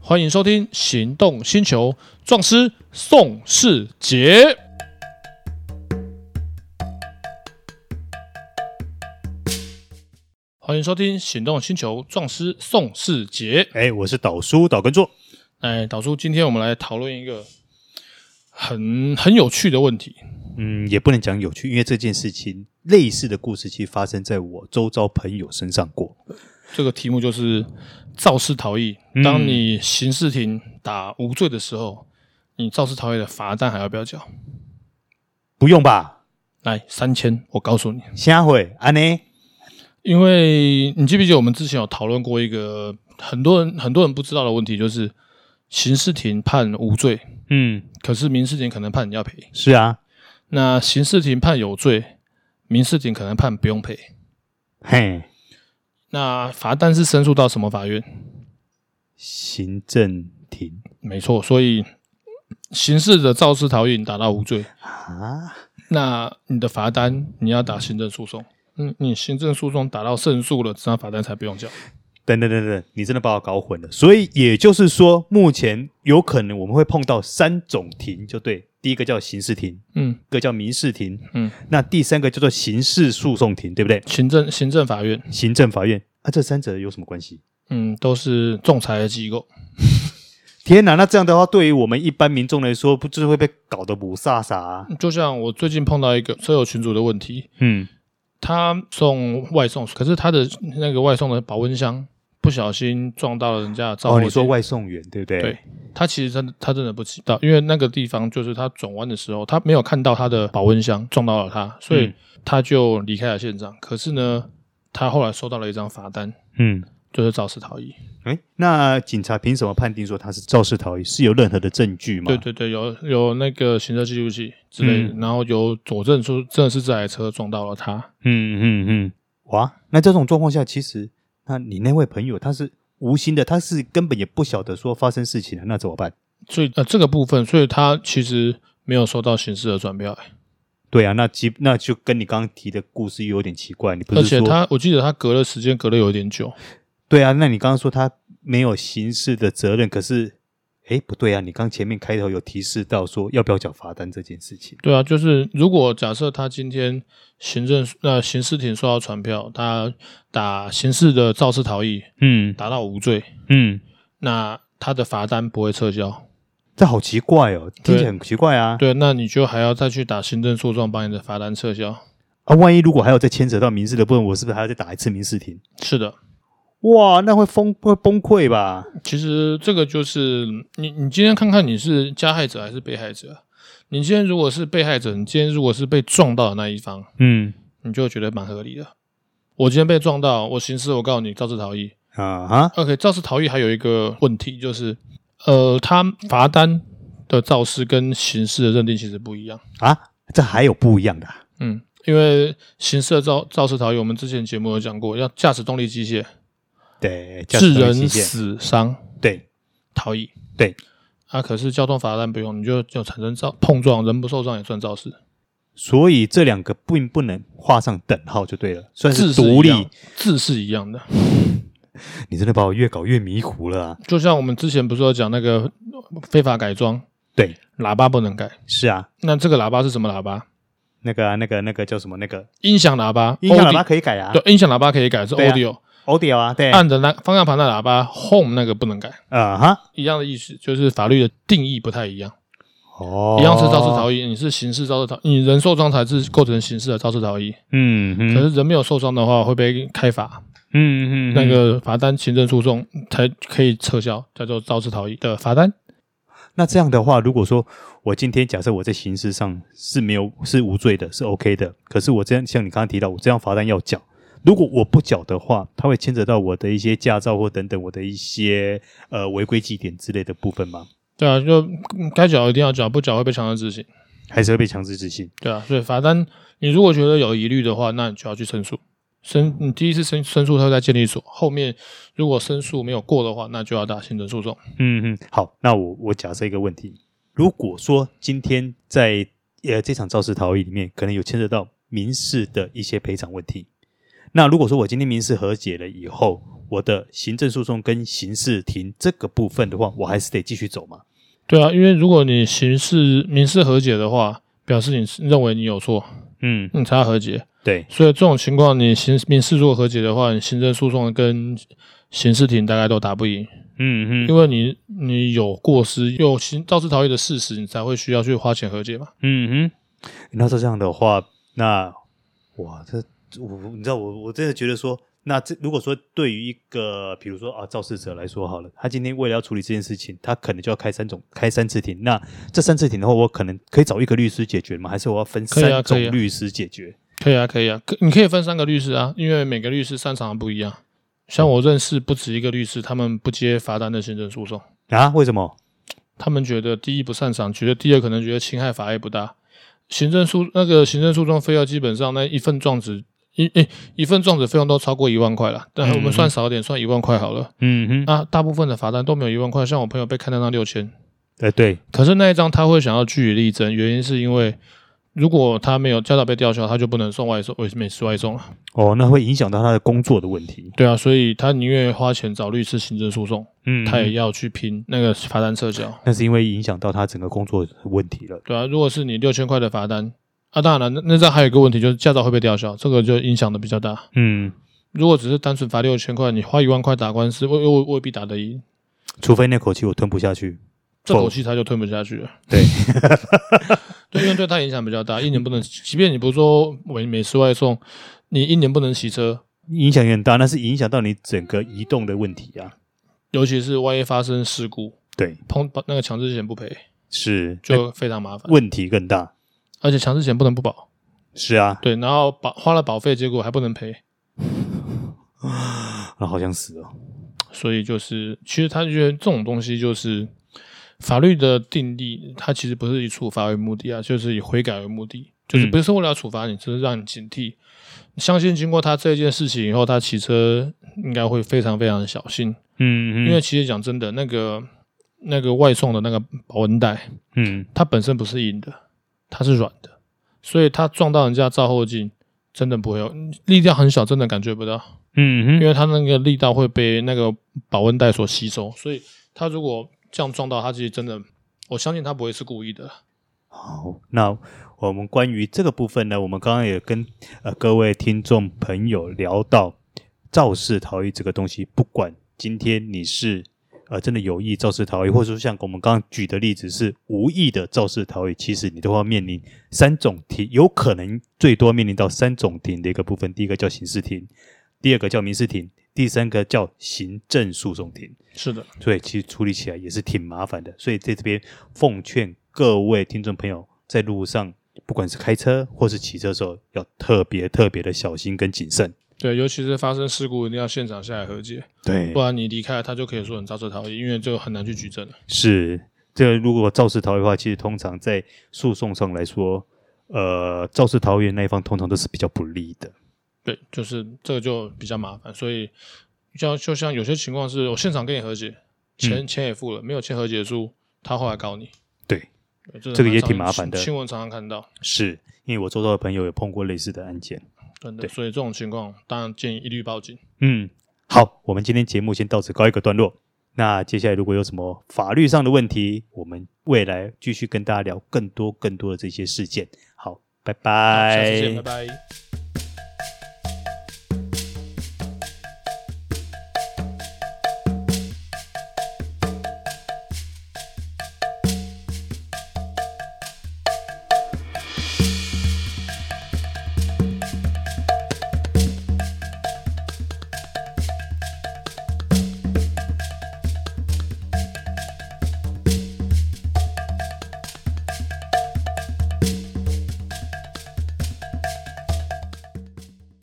欢迎收听《行动星球》，壮师宋世杰。欢迎收听《行动星球》，壮师宋世杰。哎，我是导叔导根座。哎，导叔，今天我们来讨论一个很很有趣的问题。嗯，也不能讲有趣，因为这件事情类似的故事其实发生在我周遭朋友身上过。这个题目就是肇事逃逸。当你刑事庭打无罪的时候，你肇事逃逸的罚单还要不要缴？不用吧？来三千，我告诉你，下回安呢？因为你记不记得我们之前有讨论过一个很多人很多人不知道的问题，就是刑事庭判无罪，嗯，可是民事庭可能判你要赔。是啊，那刑事庭判有罪，民事庭可能判不用赔。嘿，那罚单是申诉到什么法院？行政庭没错，所以刑事的肇事逃逸你打到无罪，啊，那你的罚单你要打行政诉讼，嗯，你行政诉讼打到胜诉了，这张罚单才不用缴。等等等等，你真的把我搞混了。所以也就是说，目前有可能我们会碰到三种庭，就对，第一个叫刑事庭，嗯一个叫民事庭，嗯，那第三个叫做刑事诉讼庭，对不对？行政行政法院，行政法院啊，这三者有什么关系？嗯，都是仲裁的机构。天哪，那这样的话，对于我们一般民众来说，不就是会被搞得不飒飒、啊？就像我最近碰到一个车友群主的问题，嗯，他送外送，可是他的那个外送的保温箱不小心撞到了人家的招哦，货你点。说外送员对不对？对，他其实真的他真的不知道，因为那个地方就是他转弯的时候，他没有看到他的保温箱撞到了他，所以嗯他就离开了现场。可是呢，他后来收到了一张罚单，嗯，就是肇事逃逸。哎，那警察凭什么判定说他是肇事逃逸？是有任何的证据吗？对对对，有有那个行车记录器之类的，嗯然后有佐证出真的是这台车撞到了他。嗯嗯嗯，哇，那这种状况下，其实那你那位朋友他是无心的，他是根本也不晓得说发生事情了，那怎么办？所以呃，这个部分，所以他其实没有收到刑事的转标，对啊，那基那就跟你刚刚提的故事又有点奇怪，你不而是且说他我记得他隔了时间隔了有点久，对啊，那你刚刚说他没有刑事的责任，可是，哎，不对啊，你刚前面开头有提示到说要不要缴罚单这件事情。对啊，就是如果假设他今天行政呃刑事庭收到传票，他打刑事的肇事逃逸嗯达到无罪，嗯，那他的罚单不会撤销。这好奇怪哦，听对起来很奇怪啊。对，那你就还要再去打行政诉讼把你的罚单撤销。啊，万一如果还有再牵扯到民事的部分，我是不是还要再打一次民事庭？是的，哇，那会崩会崩溃吧？其实这个就是你你今天看看你是加害者还是被害者啊。你今天如果是被害者，你今天如果是被撞到的那一方，嗯你就觉得蛮合理的。我今天被撞到，我刑事我告诉你肇事逃逸，啊哈， OK，肇事逃逸还有一个问题就是，呃，他罚单的肇事跟刑事的认定其实不一样。啊，这还有不一样的啊、嗯，因为刑事的肇肇事逃逸，我们之前节目有讲过，要驾驶动力机械对，驾驶致动力人器械死伤对，逃逸。对。啊，可是交通罚单不用，你就就产生肇碰撞，人不受伤也算肇事，所以这两个并不能画上等号就对了，算字是是独一立样。，字是一样的。你真的把我越搞越迷糊了、啊。就像我们之前不是有讲那个非法改装，对，喇叭不能改，是啊，那这个喇叭是什么喇叭？那个啊、那个那个叫什么那个音响喇叭，音响喇 Audi- 叭可以改啊，对，音响喇叭可以改是对啊 audio，、 ，audio 啊，对，按着那方向盘的喇叭 home 那个不能改，啊哈，一样的意思，就是法律的定义不太一样，哦一样是肇事逃逸，你是刑事肇事逃，你人受伤才是构成刑事的肇事逃逸，嗯可嗯是人没有受伤的话会被开罚，嗯嗯，那个罚单行政诉讼才可以撤销，叫做肇事逃逸的罚单。那这样的话，如果说我今天假设我在刑事上是没有是无罪的，是 OK 的，可是我这样像你刚刚提到，我这样罚单要缴。如果我不缴的话，它会牵扯到我的一些驾照或等等我的一些呃违规记点之类的部分吗？对啊，就嗯该缴一定要缴，不缴会被强制执行。还是会被强制执行？对啊，所以罚单你如果觉得有疑虑的话，那你就要去申诉。申你第一次申申诉，他会在监理所。后面如果申诉没有过的话，那就要打行政诉讼。嗯嗯，好，那我我假设一个问题：如果说今天在呃这场肇事逃逸里面，可能有牵扯到民事的一些赔偿问题，那如果说我今天民事和解了以后，我的行政诉讼跟刑事庭这个部分的话，我还是得继续走嘛。对啊，因为如果你刑事民事和解的话，表示你是认为你有错，嗯，你才要和解。对，所以这种情况，你刑民事如果和解的话，你行政诉讼跟刑事庭大概都打不赢，嗯因为你你有过失，有行肇事逃逸的事实，你才会需要去花钱和解嘛。嗯哼，那照这样的话，那哇，这我你知道，我我真的觉得说，那这如果说对于一个比如说啊肇事者来说好了，他今天为了要处理这件事情，他可能就要开三种开三次庭。那这三次庭的话，我可能可以找一个律师解决吗？还是我要分可以啊三种可以啊律师解决？可以啊，可以啊，可你可以分三个律师啊，因为每个律师擅长的不一样。像我认识不止一个律师，他们不接罚单的行政诉讼，啊？为什么？他们觉得第一不擅长，觉得第二可能觉得侵害法益不大。行政诉那个行政诉讼费用基本上那一份状子一一一份状子费用都超过一万块了，但我嗯们嗯算少点，算一万块好了。嗯哼，那大部分的罚单都没有一万块，像我朋友被开单到六千，呃，对，可是那一张他会想要据理力争，原因是因为如果他没有教导被吊销，他就不能送外送，美美食外送了。哦，那会影响到他的工作的问题。对啊，所以他宁愿花钱找律师行政诉讼，嗯他也要去拼那个罚单撤销。那是因为影响到他整个工作的问题了。对啊，如果是你六千块的罚单，啊，当然了，那那这还有一个问题就是驾照会被吊销，这个就影响的比较大。嗯，如果只是单纯罚六千块，你花一万块打官司，未未未必打得赢，除非那口气我吞不下去。这口否气他就吞不下去了。 对，对，因为对他影响比较大，一年不能，即便你不说美美食外送，你一年不能骑车，影响也很大，那是影响到你整个移动的问题啊。尤其是万一发生事故，对，碰那个强制险不赔，是那就非常麻烦，问题更大。而且强制险不能不保。是啊，对，然后保花了保费，结果还不能赔，啊，好像死哦。所以就是其实他觉得这种东西就是法律的定义，它其实不是以处罚为目的啊，就是以悔改为目的，就是嗯不是为了要处罚你，只是让你警惕。相信经过他这件事情以后，他骑车应该会非常非常的小心，嗯因为其实讲真的，那个那个外送的那个保温袋，嗯，它本身不是硬的，它是软的，所以它撞到人家照后镜，真的不会有力量很小，真的感觉不到。嗯因为它那个力道会被那个保温袋所吸收，所以它如果这样撞到，它其实真的，我相信它不会是故意的。好，那我们关于这个部分呢，我们刚刚也跟呃各位听众朋友聊到肇事逃逸这个东西，不管今天你是呃真的有意肇事逃逸，或者说像我们刚刚举的例子是无意的肇事逃逸，其实你都要面临三种庭，有可能最多面临到三种庭的一个部分，第一个叫刑事庭，第二个叫民事庭，第三个叫行政诉讼庭。是的，所以其实处理起来也是挺麻烦的。所以在这边奉劝各位听众朋友，在路上不管是开车或是骑车的时候，要特别特别的小心跟谨慎。对，尤其是发生事故，一定要现场下来和解，对不然你离开了，他就可以说你肇事逃逸，因为这个很难去举证了。是这个如果肇事逃逸的话，其实通常在诉讼上来说，呃，肇事逃逸的那一方通常都是比较不利的。对，就是这个就比较麻烦，所以像就像有些情况是我现场跟你和解，钱、嗯钱也付了，没有签和解书，他后来告你。对，对这这个蛮也常挺麻烦的新新闻常常看到。是因为我周遭的朋友有碰过类似的案件。真的，对所以这种情况当然建议一律报警。嗯，好，我们今天节目先到此告一个段落。那接下来如果有什么法律上的问题，我们未来继续跟大家聊更多更多的这些事件。好，拜好拜，下次见，拜拜。